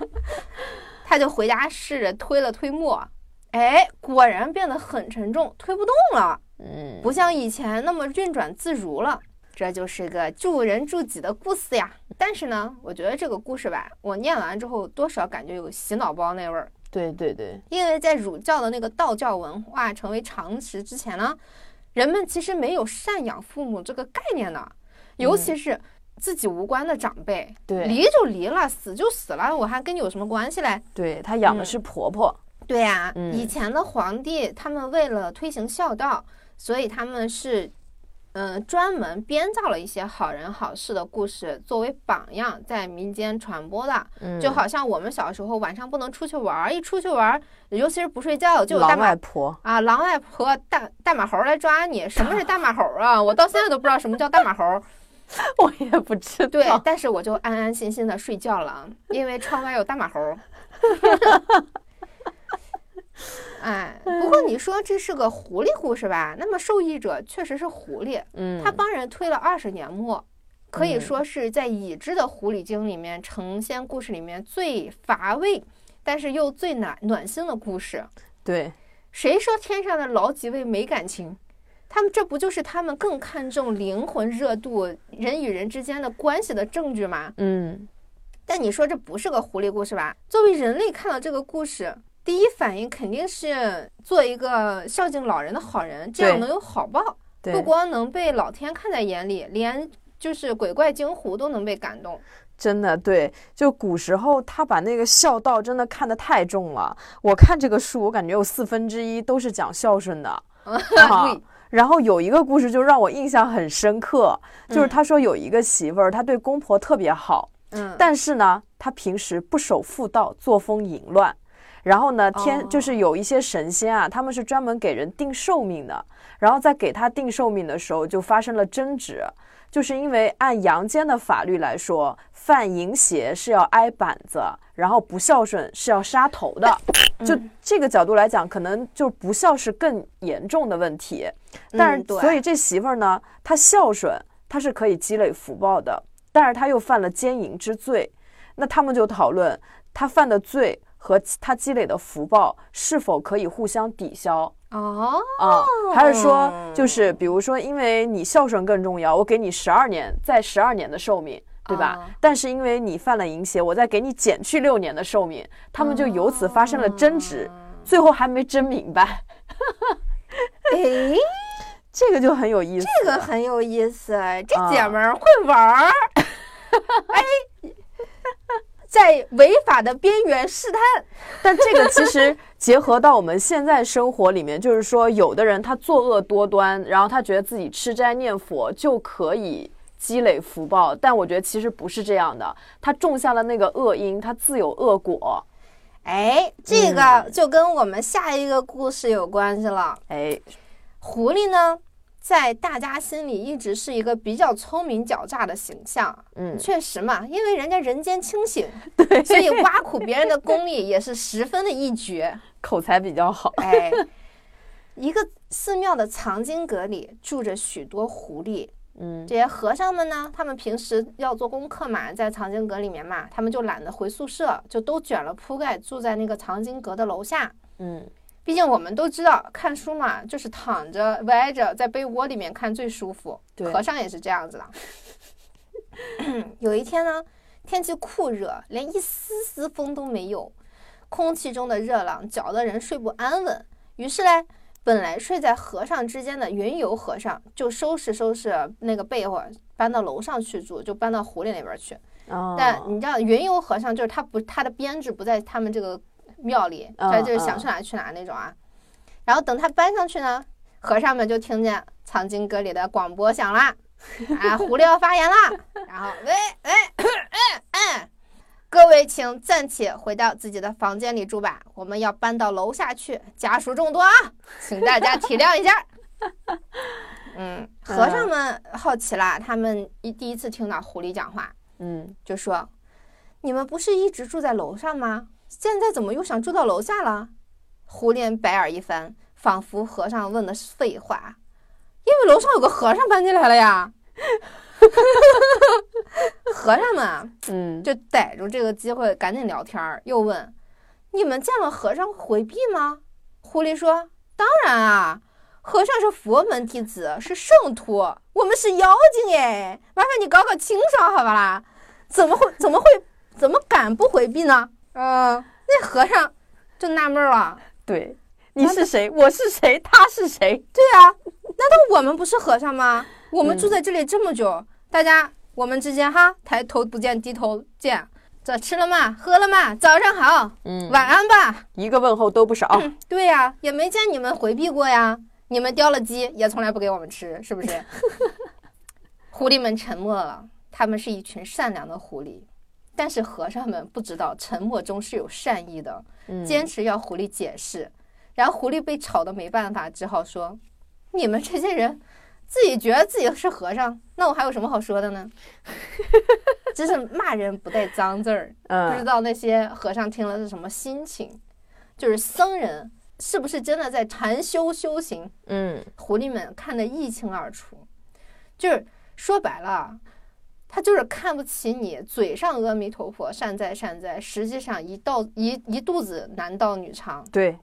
他就回家试着推了推磨，哎，果然变得很沉重，推不动了，
(laughs) 嗯，
不像以前那么运转自如了。这就是个助人助己的故事呀。但是呢，我觉得这个故事吧，我念完之后多少感觉有洗脑包那味儿，
对对对，
因为在儒教的那个道教文化成为常识之前呢，人们其实没有赡养父母这个概念的，尤其是自己无关的长辈，
对
离就离了，死就死了，我还跟你有什么关系嘞？
对，她养的
嗯
是婆婆，
对呀、
嗯
以前的皇帝他们为了推行孝道，所以他们是。嗯，专门编造了一些好人好事的故事作为榜样，在民间传播的。
嗯
就好像我们小时候晚上不能出去玩儿，一出去玩儿，尤其是不睡觉，就有大
老
马
外婆，
啊，狼外婆、大大马猴来抓你，什么是大马猴
(laughs)
啊？我到现在都不知道什么叫大马猴。
(laughs) 我也不知道，
对，但是我就安安心心的睡觉了啊，因为窗外有大马猴。
(laughs)
哎，不过你说这是个狐狸故事吧？那么受益者确实是狐狸，
嗯，
他帮人推了二十年磨，可以
嗯
说是在已知的狐狸精里面呈现故事里面最乏味，但是又最暖暖心的故事。
对，
谁说天上的老几位没感情？他们这不就是他们更看重灵魂热度、人与人之间的关系的证据吗？
嗯，
但你说这不是个狐狸故事吧？作为人类看到这个故事，第一反应肯定是做一个孝敬老人的好人，这样
对
能有好报，
对
不，光能被老天看在眼里，连就是鬼怪惊狐都能被感动。
真的对，就古时候他把那个孝道真的看得太重了。我看这个书，我感觉有四分之一都是讲孝顺 (laughs) 的。啊
对
然后有一个故事就让我印象很深刻，就是
嗯
他说有一个媳妇儿，她对公婆特别好，
嗯，
但是呢，她平时不守妇道，作风淫乱。然后呢，天、
哦
就是有一些神仙啊，他们是专门给人定寿命的。然后在给他定寿命的时候，就发生了争执，就是因为按阳间的法律来说，犯淫邪是要挨板子，然后不孝顺是要杀头的。
嗯
就这个角度来讲，可能就不孝是更严重的问题。但是、
嗯对
所以这媳妇儿呢，她孝顺，她是可以积累福报的，但是她又犯了奸淫之罪。那他们就讨论，她犯的罪和她积累的福报是否可以互相抵消
哦，嗯
啊？还是说，就是比如说，因为你孝顺更重要，我给你十二年，再十二年的寿命。对吧
哦？
但是因为你犯了淫邪，我再给你减去六年的寿命，他们就由此发生了争
哦
执，最后还没争明白，
诶，
这个就很有意思
这
了。
个很有意思，哎这
啊
姐们儿会玩儿，哎，在违法的边缘试探，
但这个其实结合到我们现在生活里面，就是说，有的人他作恶多端，然后他觉得自己吃斋念佛就可以积累福报，但我觉得其实不是这样的，他种下了那个恶因，他自有恶果。
哎，这个就跟我们下一个故事有关系了。
哎，
狐狸呢，在大家心里一直是一个比较聪明狡诈的形象。
嗯
确实嘛，因为人家人间清醒，对，所以挖苦别人的功力也是十分的一绝。
口才比较好。
哎，一个寺庙的藏经阁里住着许多狐狸。
嗯
这些和尚们呢，他们平时要做功课嘛，在藏经阁里面嘛，他们就懒得回宿舍，就都卷了铺盖住在那个藏经阁的楼下。
嗯，
毕竟我们都知道，看书嘛，就是躺着歪着在被窝里面看最舒服。
对
和尚也是这样子的。有一天呢，天气酷热，连一丝丝风都没有，空气中的热浪搅得人睡不安稳。于是嘞，本来睡在和尚之间的云游和尚就收拾收拾那个被窝，搬到楼上去住，就搬到狐狸那边去。
哦，
但你知道云游和尚就是他不他的编制不在他们这个庙里，
嗯
他就是想去哪去哪那种啊。然后等他搬上去呢，和尚们就听见藏经阁里的广播响啦，啊，狐狸要发言啦，然后喂喂哎哎，各位请暂且回到自己的房间里住吧，我们要搬到楼下去，家属众多啊，请大家体谅一下。嗯，和尚们好奇啦，他们一第一次听到狐狸讲话，
嗯
就说：“你们不是一直住在楼上吗？现在怎么又想住到楼下了？”狐狸白眼一翻，仿佛和尚问的是废话，因为楼上有个和尚搬进来了呀。 (laughs) 和尚们啊
嗯，
就逮住这个机会赶紧聊天儿，又问：“你们见了和尚回避吗？”狐狸说：“当然啊，和尚是佛门弟子，是圣徒，我们是妖精哎，麻烦你搞搞清爽好吧啦？怎么会怎么会怎么敢不回避呢？”嗯、那和尚就纳闷儿了。
对，你是谁？我是谁？他是谁？
对啊，难道我们不是和尚吗？我们住在这里这么久，大家我们之间哈，抬头不见低头见，这吃了嘛，喝了嘛，早上好，
嗯，
晚安吧。
一个问候都不少。
对呀、也没见你们回避过呀。你们叼了鸡，也从来不给我们吃，是不是？狐狸们沉默了，他们是一群善良的狐狸，但是和尚们不知道沉默中是有善意的，
嗯
坚持要狐狸解释。然后狐狸被吵得没办法，只好说：“你们这些人自己觉得自己是和尚，那我还有什么好说的呢？”真是骂人不带脏字儿，不知
嗯
道那些和尚听了是什么心情，就是僧人是不是真的在禅修修行？
嗯，
狐狸们看得一清二楚，就是说白了，他就是看不起你，嘴上阿弥陀佛，善哉善哉，实际上一道一一肚子男盗女娼，
对，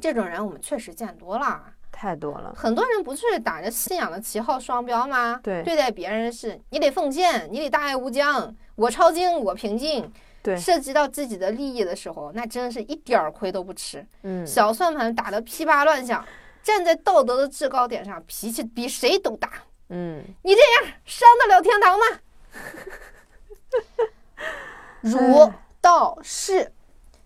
这种人我们确实见多了。啊
太多了。
很多人不是打着信仰的旗号双标吗？
对
对待别人是你得奉献，你得大爱无疆，我抄经，我平静。
对
涉及到自己的利益的时候，那真是一点儿亏都不吃，
嗯，
小算盘打得噼啪乱响。站在道德的制高点上，脾气比谁都大，
嗯，
上得了天堂吗？儒、道、释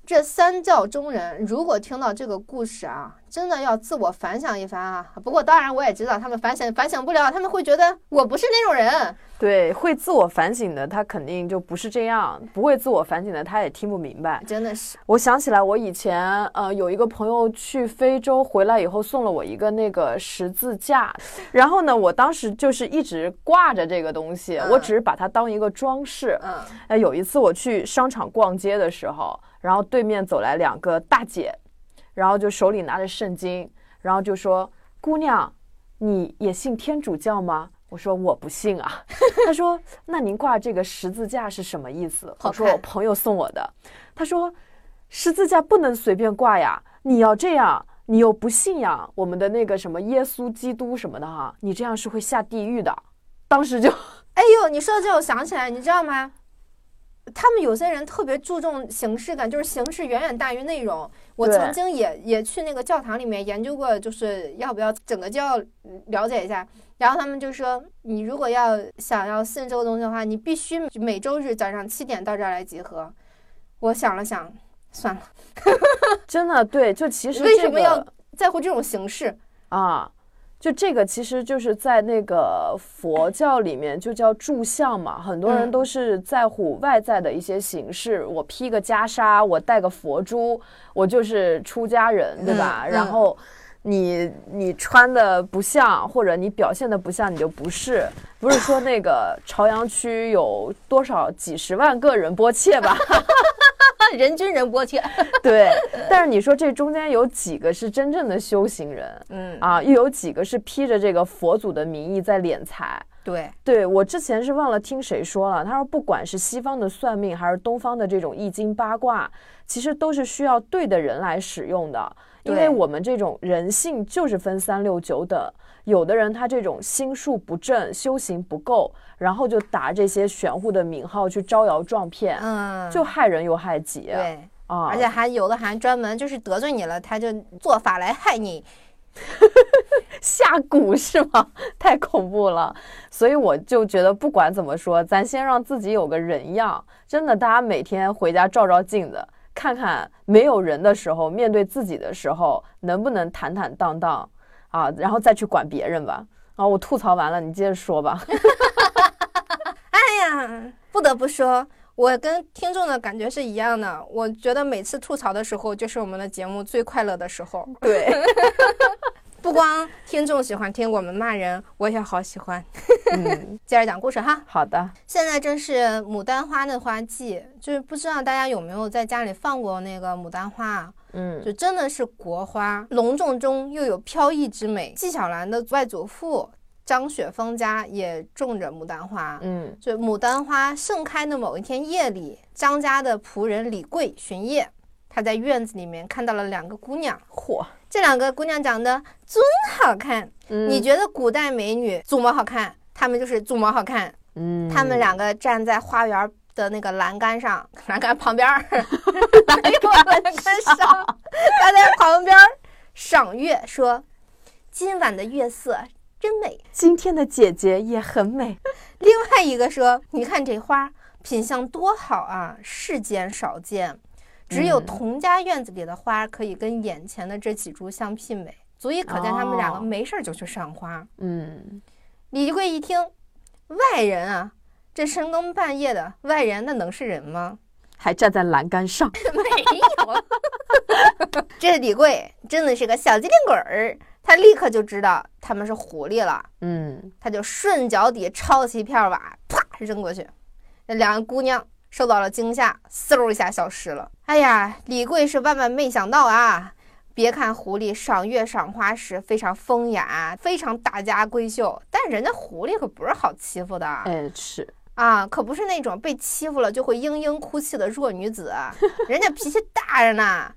这三教中人如果听到这个故事啊，真的要自我反省一番啊。不过当然我也知道他们反省反省不了，他们会觉得我不是那种人。
对，会自我反省的他肯定就不是这样，不会自我反省的他也听不明白。
真的是，
我想起来，我以前呃有一个朋友去非洲回来以后送了我一个那个十字架，然后呢，我当时就是一直挂着这个东西，我只是把它当一个装饰。
嗯，
哎，有一次我去商场逛街的时候，然后对面走来两个大姐，然后就手里拿着圣经，然后就说：“姑娘，你也信天主教吗？”我说我不信
(laughs)
啊。她说：“那您挂这个十字架是什么意思？”
好
我说：“
看
我朋友送我的。”她说：“十字架不能随便挂呀，你要这样。”你又不信仰我们的那个什么耶稣基督什么的哈，你这样是会下地狱的。当时就 (laughs)
哎呦，你说到这，我想起来，你知道吗？他们有些人特别注重形式感，就是形式远远大于内容。我
对
曾经也也去那个教堂里面研究过，就是要不要整个教了解一下。然后他们就说，你如果要想要信这个东西的话，你必须每周日早上七点到这儿来集合。我想了想，算了，
真的对，就其实、这个、
为什么要在乎这种形式？
啊，就这个其实就是在那个佛教里面就叫住相嘛，很多人
嗯
都是在乎外在的一些形式，我披个袈裟，我戴个佛珠，我就是出家人，对吧？
嗯
然
嗯
后你你穿的不像，或者你表现的不像，你就不是。不是说那个朝阳区有多少几十万个人波切吧？
(laughs)
(laughs)
人均人波切，
对，但是你说这中间有几个是真正的修行人？
嗯，
啊，又有几个是披着这个佛祖的名义在敛财。
对，
对我之前是忘了听谁说了，他说不管是西方的算命，还是东方的这种易经八卦，其实都是需要对的人来使用的，因为
对
我们这种人性就是分三六九等，有的人他这种心术不正，修行不够，然后就打这些玄乎的名号去招摇撞骗，
嗯，
就害人又害己。
对。
啊，
而且还有的还专门就是得罪你了，他就做法来害你。
下蛊是吗？ (laughs) 太恐怖了，所以我就觉得不管怎么说，咱先让自己有个人样。真的，大家每天回家照照镜子，看看没有人的时候，面对自己的时候，能不能坦坦荡荡啊？然后再去管别人吧。啊，我吐槽完了，你接着
(laughs)
说吧。
哎呀， (laughs) 不得不说，我跟听众的感觉是一样的。我觉得每次吐槽的时候，就是我们的节目最快乐的时候。
对，
(laughs) 不光听众喜欢听我们骂人，我也好喜欢。
嗯，
接着讲故事哈。
好的，
现在正是牡丹花的花季，就是不知道大家有没有在家里放过那个牡丹花啊？
嗯，
就真的是国花，隆重中又有飘逸之美。纪晓岚的外祖父张雪峰家也种着牡丹花。啊
嗯，
就牡丹花盛开的某一天夜里，张家的仆人李贵巡夜，他在院子里面看到了两个姑娘，
嚯，
这两个姑娘长得真好看。你
嗯，
觉得古代美女祖模好看，她们就是祖模好看。
嗯
他们两个站在花园的那个栏杆上，栏杆旁边
(laughs)
儿，没
嗯
有栏杆上，站在旁边儿赏月，说：“今晚的月色真美。
今天的姐姐也很美。”
另外一个说：“你看这花品相多好啊，世间少见，只有
嗯
童家院子里的花可以跟眼前的这几株相媲美，足以可见他们两个
哦
没事儿就去赏花。
嗯，
李贵一听，外人啊，这深更半夜的外人，那能是人吗？
还站在栏杆上。
没有。 (laughs) 这李贵真的是个小机灵鬼儿，他立刻就知道他们是狐狸了，
嗯，
他就顺脚底抄起一片瓦，啪扔过去。那两个姑娘受到了惊吓，嗖一下消失了。哎呀，李贵是万万没想到啊！别看狐狸赏月赏花时非常风雅，非常大家闺秀，但人家狐狸可不是好欺负的。
哎，是。
啊，可不是那种被欺负了就会嘤嘤哭泣的弱女子，人家脾气大着呢。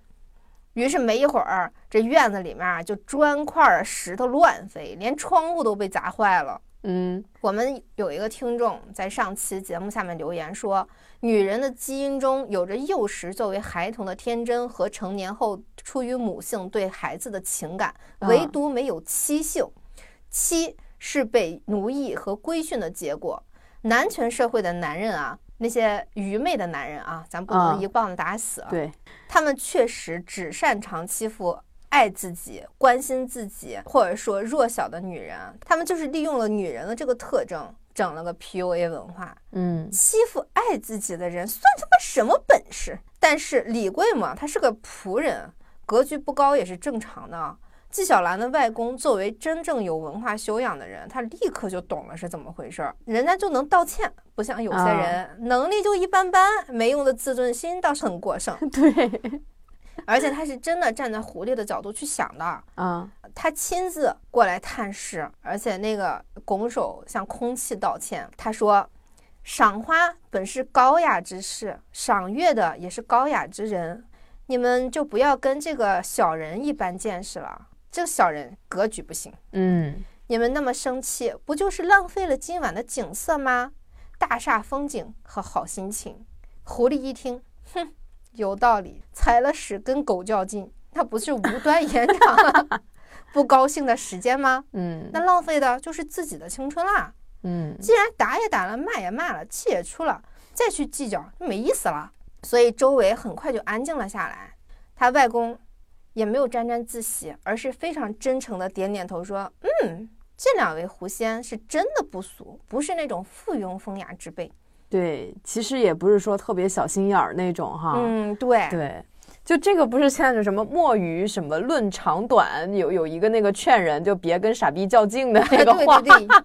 于是没一会儿，这院子里面啊就砖块儿、石头乱飞，连窗户都被砸坏了。
嗯，
我们有一个听众在上期节目下面留言说，女人的基因中有着幼时作为孩童的天真和成年后出于母性对孩子的情感，
嗯
唯独没有妻性。妻是被奴役和规训的结果。男权社会的男人啊，那些愚昧的男人啊，咱不能
嗯
一棒子打死啊。
对，
他们确实只擅长欺负爱自己、关心自己或者说弱小的女人，啊他们就是利用了女人的这个特征，整了个 PUA 文化。
嗯
欺负爱自己的人算他妈什么本事？但是李贵嘛，他是个仆人，格局不高也是正常的啊。纪晓岚的外公作为真正有文化修养的人，他立刻就懂了是怎么回事儿，人家就能道歉，不像有些
啊
人、能力就一般般，没用的自尊心倒是很过剩。
(laughs) 对，
而且他是真的站在狐狸的角度去想的，
啊
他亲自过来探视，而且那个拱手向空气道歉。他说：“赏花本是高雅之事，赏月的也是高雅之人，你们就不要跟这个小人一般见识了。这个小人格局不行，
嗯
你们那么生气，不就是浪费了今晚的景色吗？大煞风景和好心情。”狐狸一听，哼，有道理，踩了屎跟狗较劲，那不是无端延长了 (laughs) 不高兴的时间吗？
嗯
那浪费的就是自己的青春啦。
嗯
既然打也打了，骂也骂了，气也出了，再去计较没意思了。所以周围很快就安静了下来。他外公也没有沾沾自喜，而是非常真诚的点点头说：“嗯，这两位狐仙是真的不俗，不是那种附庸风雅之辈。
对，其实也不是说特别小心眼儿那种哈，
嗯，对，
对。就这个不是现在的什么墨鱼什么论长短，有有一个那个劝人就别跟傻逼较劲的那个话，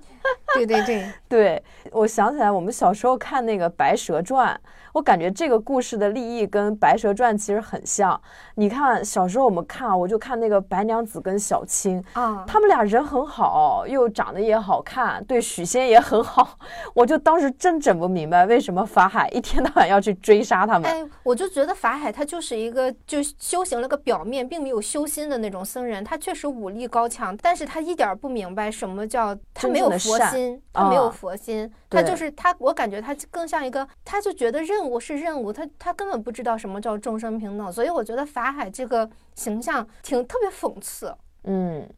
(laughs) 对对对，对对
(laughs)
对，
对，我想起来，我们小时候看那个《白蛇传》，我感觉这个故事的立意跟《白蛇传》其实很像。你看，小时候我们看啊，我就看那个白娘子跟小青，
啊，
他们俩人很好，又长得也好看，对许仙也很好。 (laughs) 我就当时真整不明白，为什么法海一天到晚要去追杀他们。
哎，我就觉得法海他就是一个就修行了个表面，并没有修心的那种僧人。他确实武力高强，但是他一点儿不明白什么叫他
真
没有
正的
佛
善
心，他没有
啊
佛心，他
对
就是他。我感觉他更像一个，他就觉得任务是任务，他他根本不知道什么叫众生平等。所以我觉得法海这个形象挺特别讽刺。
嗯，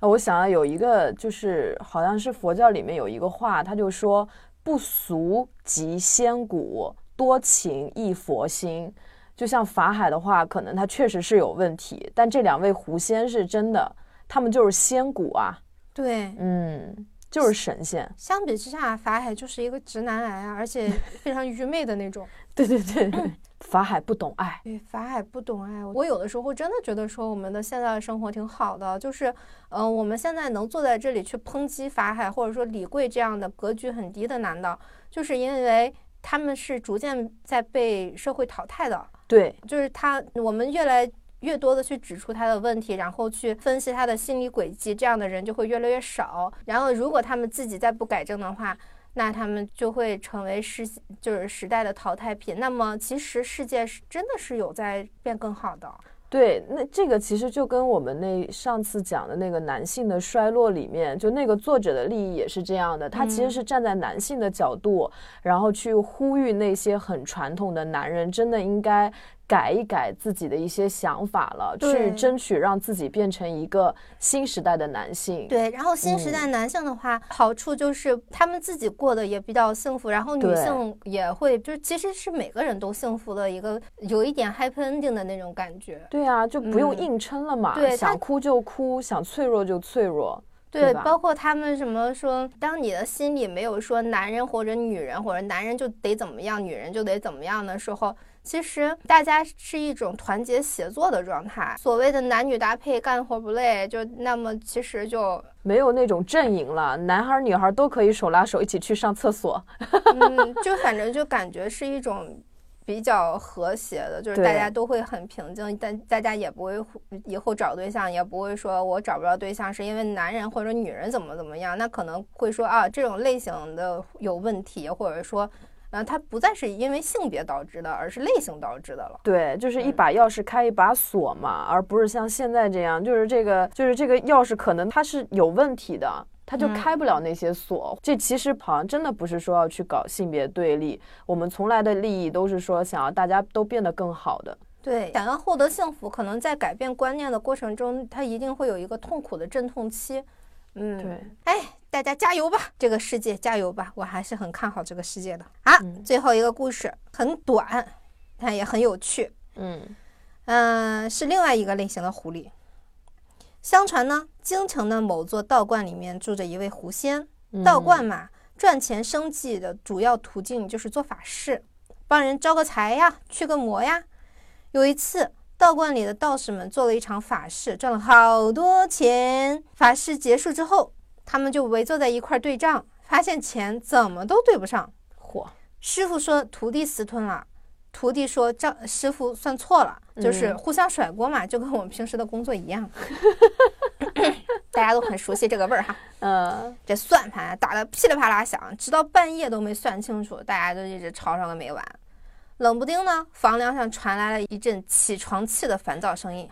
呃我想到有一个，就是好像是佛教里面有一个话，他就说不俗即仙骨，多情亦佛心。就像法海的话，可能他确实是有问题，但这两位狐仙是真的，他们就是仙骨啊，
对，
嗯，就是神仙。
相比之下，法海就是一个直男癌啊，而且非常愚昧的那种。
对对对对，法海不懂爱，
对，法海不懂爱我。我有的时候真的觉得说我们的现在的生活挺好的，就是，嗯、我们现在能坐在这里去抨击法海，或者说李贵这样的格局很低的男的，就是因为他们是逐渐在被社会淘汰的，
对，
就是他，我们越来。越多的去指出他的问题，然后去分析他的心理轨迹，这样的人就会越来越少。然后，如果他们自己再不改正的话，那他们就会成为世就是时代的淘汰品。那么，其实世界是真的是有在变更好的。
对，那这个其实就跟我们那上次讲的那个男性的衰落里面，就那个作者的利益也是这样的，他其
嗯
实是站在男性的角度，然后去呼吁那些很传统的男人，真的应该改一改自己的一些想法了，
对
去争取让自己变成一个新时代的男性。
对，然后新时代男性的话，好处就是他们自己过得也比较幸福，然后女
对
性也会，就是其实是每个人都幸福的一个有一点 happy ending 的那种感觉。
对啊，就不用
嗯
硬撑了嘛，
对他
想哭就哭，想脆弱就脆弱。
对，
吧
包括他们什么说，当你的心里没有说男人或者女人或者男人就得怎么样，女人就得怎么样的时候，其实大家是一种团结协作的状态。所谓的男女搭配，干活不累，就那么其实就，
没有那种阵营了，男孩儿女孩儿都可以手拉手一起去上厕所。
嗯，就反正就感觉是一种。比较和谐的，就是
对
大家都会很平静，但大家也不会互以后找对象，也不会说我找不着对象是因为男人或者女人怎么怎么样，那可能会说啊这种类型的有问题，或者说，呃，它不再是因为性别导致的，而是类型导致的了。
对，就是一
嗯
把钥匙开一把锁嘛，而不是像现在这样，就是这个就是这个钥匙可能它是有问题的，它就
嗯
开不了那些锁。这其实好像真的不是说要去搞性别对立，我们从来的利益都是说想要大家都变得更好的。
对，想要获得幸福，可能在改变观念的过程中，它一定会有一个痛苦的阵痛期。嗯，
对，
哎，大家加油吧，这个世界加油吧！我还是很看好这个世界的啊。
嗯
最后一个故事很短，但也很有趣。
嗯
嗯、是另外一个类型的狐狸。相传呢，京城的某座道观里面住着一位狐仙，
嗯
道观嘛，赚钱生计的主要途径就是做法事，帮人招个财呀，驱个魔呀。有一次，道观里的道士们做了一场法事，赚了好多钱。法事结束之后，他们就围坐在一块儿对账，发现钱怎么都对不上。
火，
师傅说徒弟私吞了，徒弟说账师傅算错了，就是互相甩锅嘛，就跟我们平时的工作一样。 (coughs) 大家都很熟悉这个味儿哈。
嗯
这算盘打得噼里啪啦响，直到半夜都没算清楚，大家都一直吵上个没完。冷不丁呢，房梁上传来了一阵起床气的烦躁声音，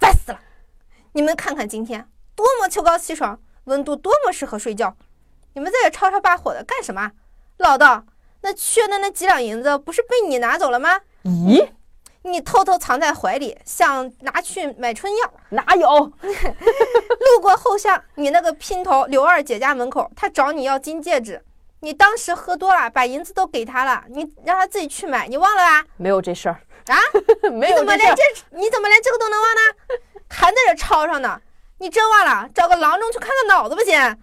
烦死了！你们看看今天多么秋高气爽，温度多么适合睡觉，你们在这吵吵把火的干什么？老道，那缺的那几两银子不是被你拿走了吗？
咦，
你偷偷藏在怀里，想拿去买春药。
哪有？
路过后巷，你那个姘头刘二姐家门口，她找你要金戒指，你当时喝多了，把银子都给她了，你让她自己去买，你忘了吧？
没有这事儿
啊？
哎没
你
有
怎么
事
连
儿
这，你怎么连这个都能忘呢？还在这吵吵呢？你真忘了？找个郎中去看看脑子吧，
(laughs)
先。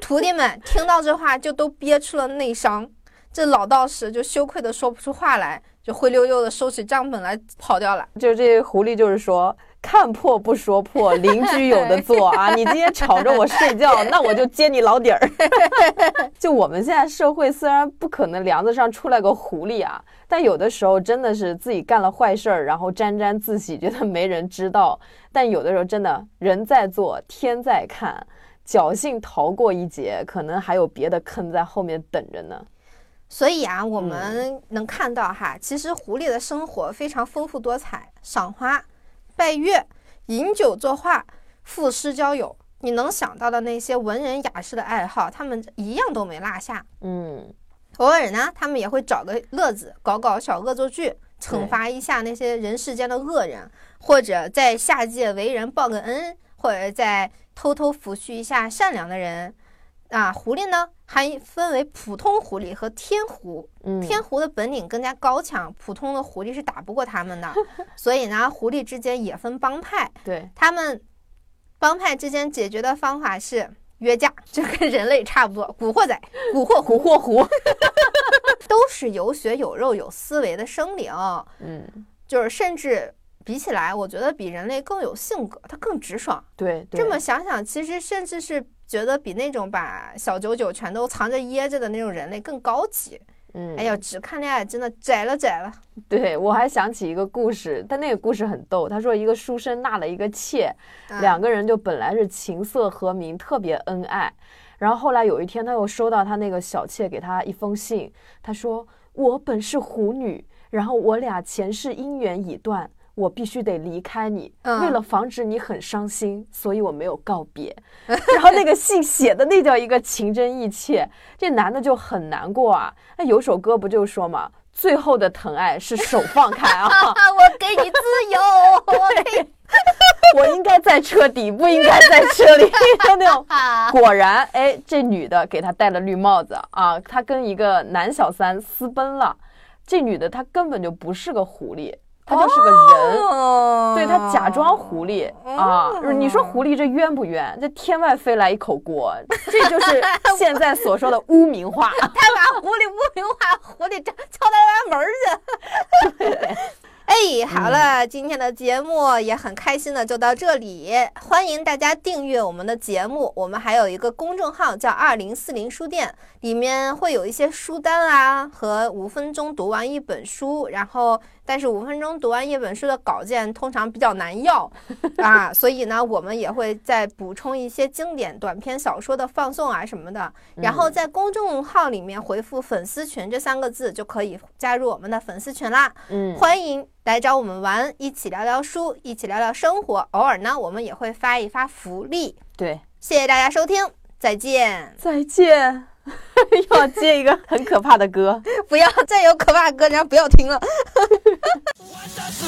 徒弟们听到这话，就都憋出了内伤。这老道士就羞愧的说不出话来，就灰溜溜的收起账本来跑掉了。
就这狐狸就是说。看破不说破，邻居有的做啊！你今天吵着我睡觉，那我就揭你老底儿。 (laughs) 就我们现在社会虽然不可能梁子上出来个狐狸啊，但有的时候真的是自己干了坏事儿，然后沾沾自喜，觉得没人知道。但有的时候真的人在做，天在看，侥幸逃过一劫，可能还有别的坑在后面等着呢。
所以啊，我们能看到哈，其实狐狸的生活非常丰富多彩，赏花、拜月、饮酒作画、赋诗交友，你能想到的那些文人雅士的爱好，他们一样都没落下。
嗯，
偶尔呢，他们也会找个乐子，搞搞小恶作剧，惩罚一下那些人世间的恶人，或者在下界为人报个恩，或者在偷偷抚恤一下善良的人。啊，狐狸呢，还分为普通狐狸和天狐。
嗯
天狐的本领更加高强，普通的狐狸是打不过他们的。所以呢，狐狸之间也分帮派，
对，
他们帮派之间解决的方法是约架，就跟人类差不多，古惑仔、古惑狐
蛊惑狐。
(laughs) 都是有血有肉、有思维的生灵，
嗯，
就是甚至比起来，我觉得比人类更有性格，它更直爽。
对，对
这么想想，其实甚至是觉得比那种把小九九全都藏着掖着的那种人类更高级。
嗯，
哎呀，只看恋爱真的窄了窄了。
对我还想起一个故事，但那个故事很逗。他说一个书生纳了一个妾，
嗯
两个人就本来是琴瑟和鸣，特别恩爱。然后后来有一天，他又收到他那个小妾给他一封信，他说：“我本是狐女，然后我俩前世姻缘已断，我必须得离开你。
嗯
为了防止你很伤心，所以我没有告别。”然后那个信写的那叫一个情真意切，这男的就很难过啊。那有首歌不就说嘛，最后的疼爱是手放开
(laughs)
啊。
啊， (laughs) 我给你自由，我给你
我应该在车底，不应该在车里， (laughs) 就那种。
啊，
果然，哎，这女的给他戴了绿帽子啊，他跟一个男小三私奔了。这女的她根本就不是个狐狸，她就是个人，对她假装狐狸啊。你说狐狸这冤不冤？这天外飞来一口 (laughs) 锅，这就是现在所说的污名化。
他把狐狸污名化，狐狸敲敲他家门儿去。 (laughs) 哎，好了，今天的节目也很开心的就到这里，欢迎大家订阅我们的节目，我们还有一个公众号叫二零四零书店，里面会有一些书单啊和五分钟读完一本书，然后但是五分钟读完一本书的稿件通常比较难要啊，所以呢，我们也会再补充一些经典短篇小说的放送啊什么的，然
嗯
后在公众号里面回复“粉丝群”这三个字就可以加入我们的粉丝群啦。
嗯，
欢迎来找我们玩，一起聊聊书，一起聊聊生活。偶尔呢，我们也会发一发福利。
对，
谢谢大家收听，再
(laughs)
见！
再见。要接一个很可怕的歌。
不要再有可怕的歌，然后不要停了。
我的歌。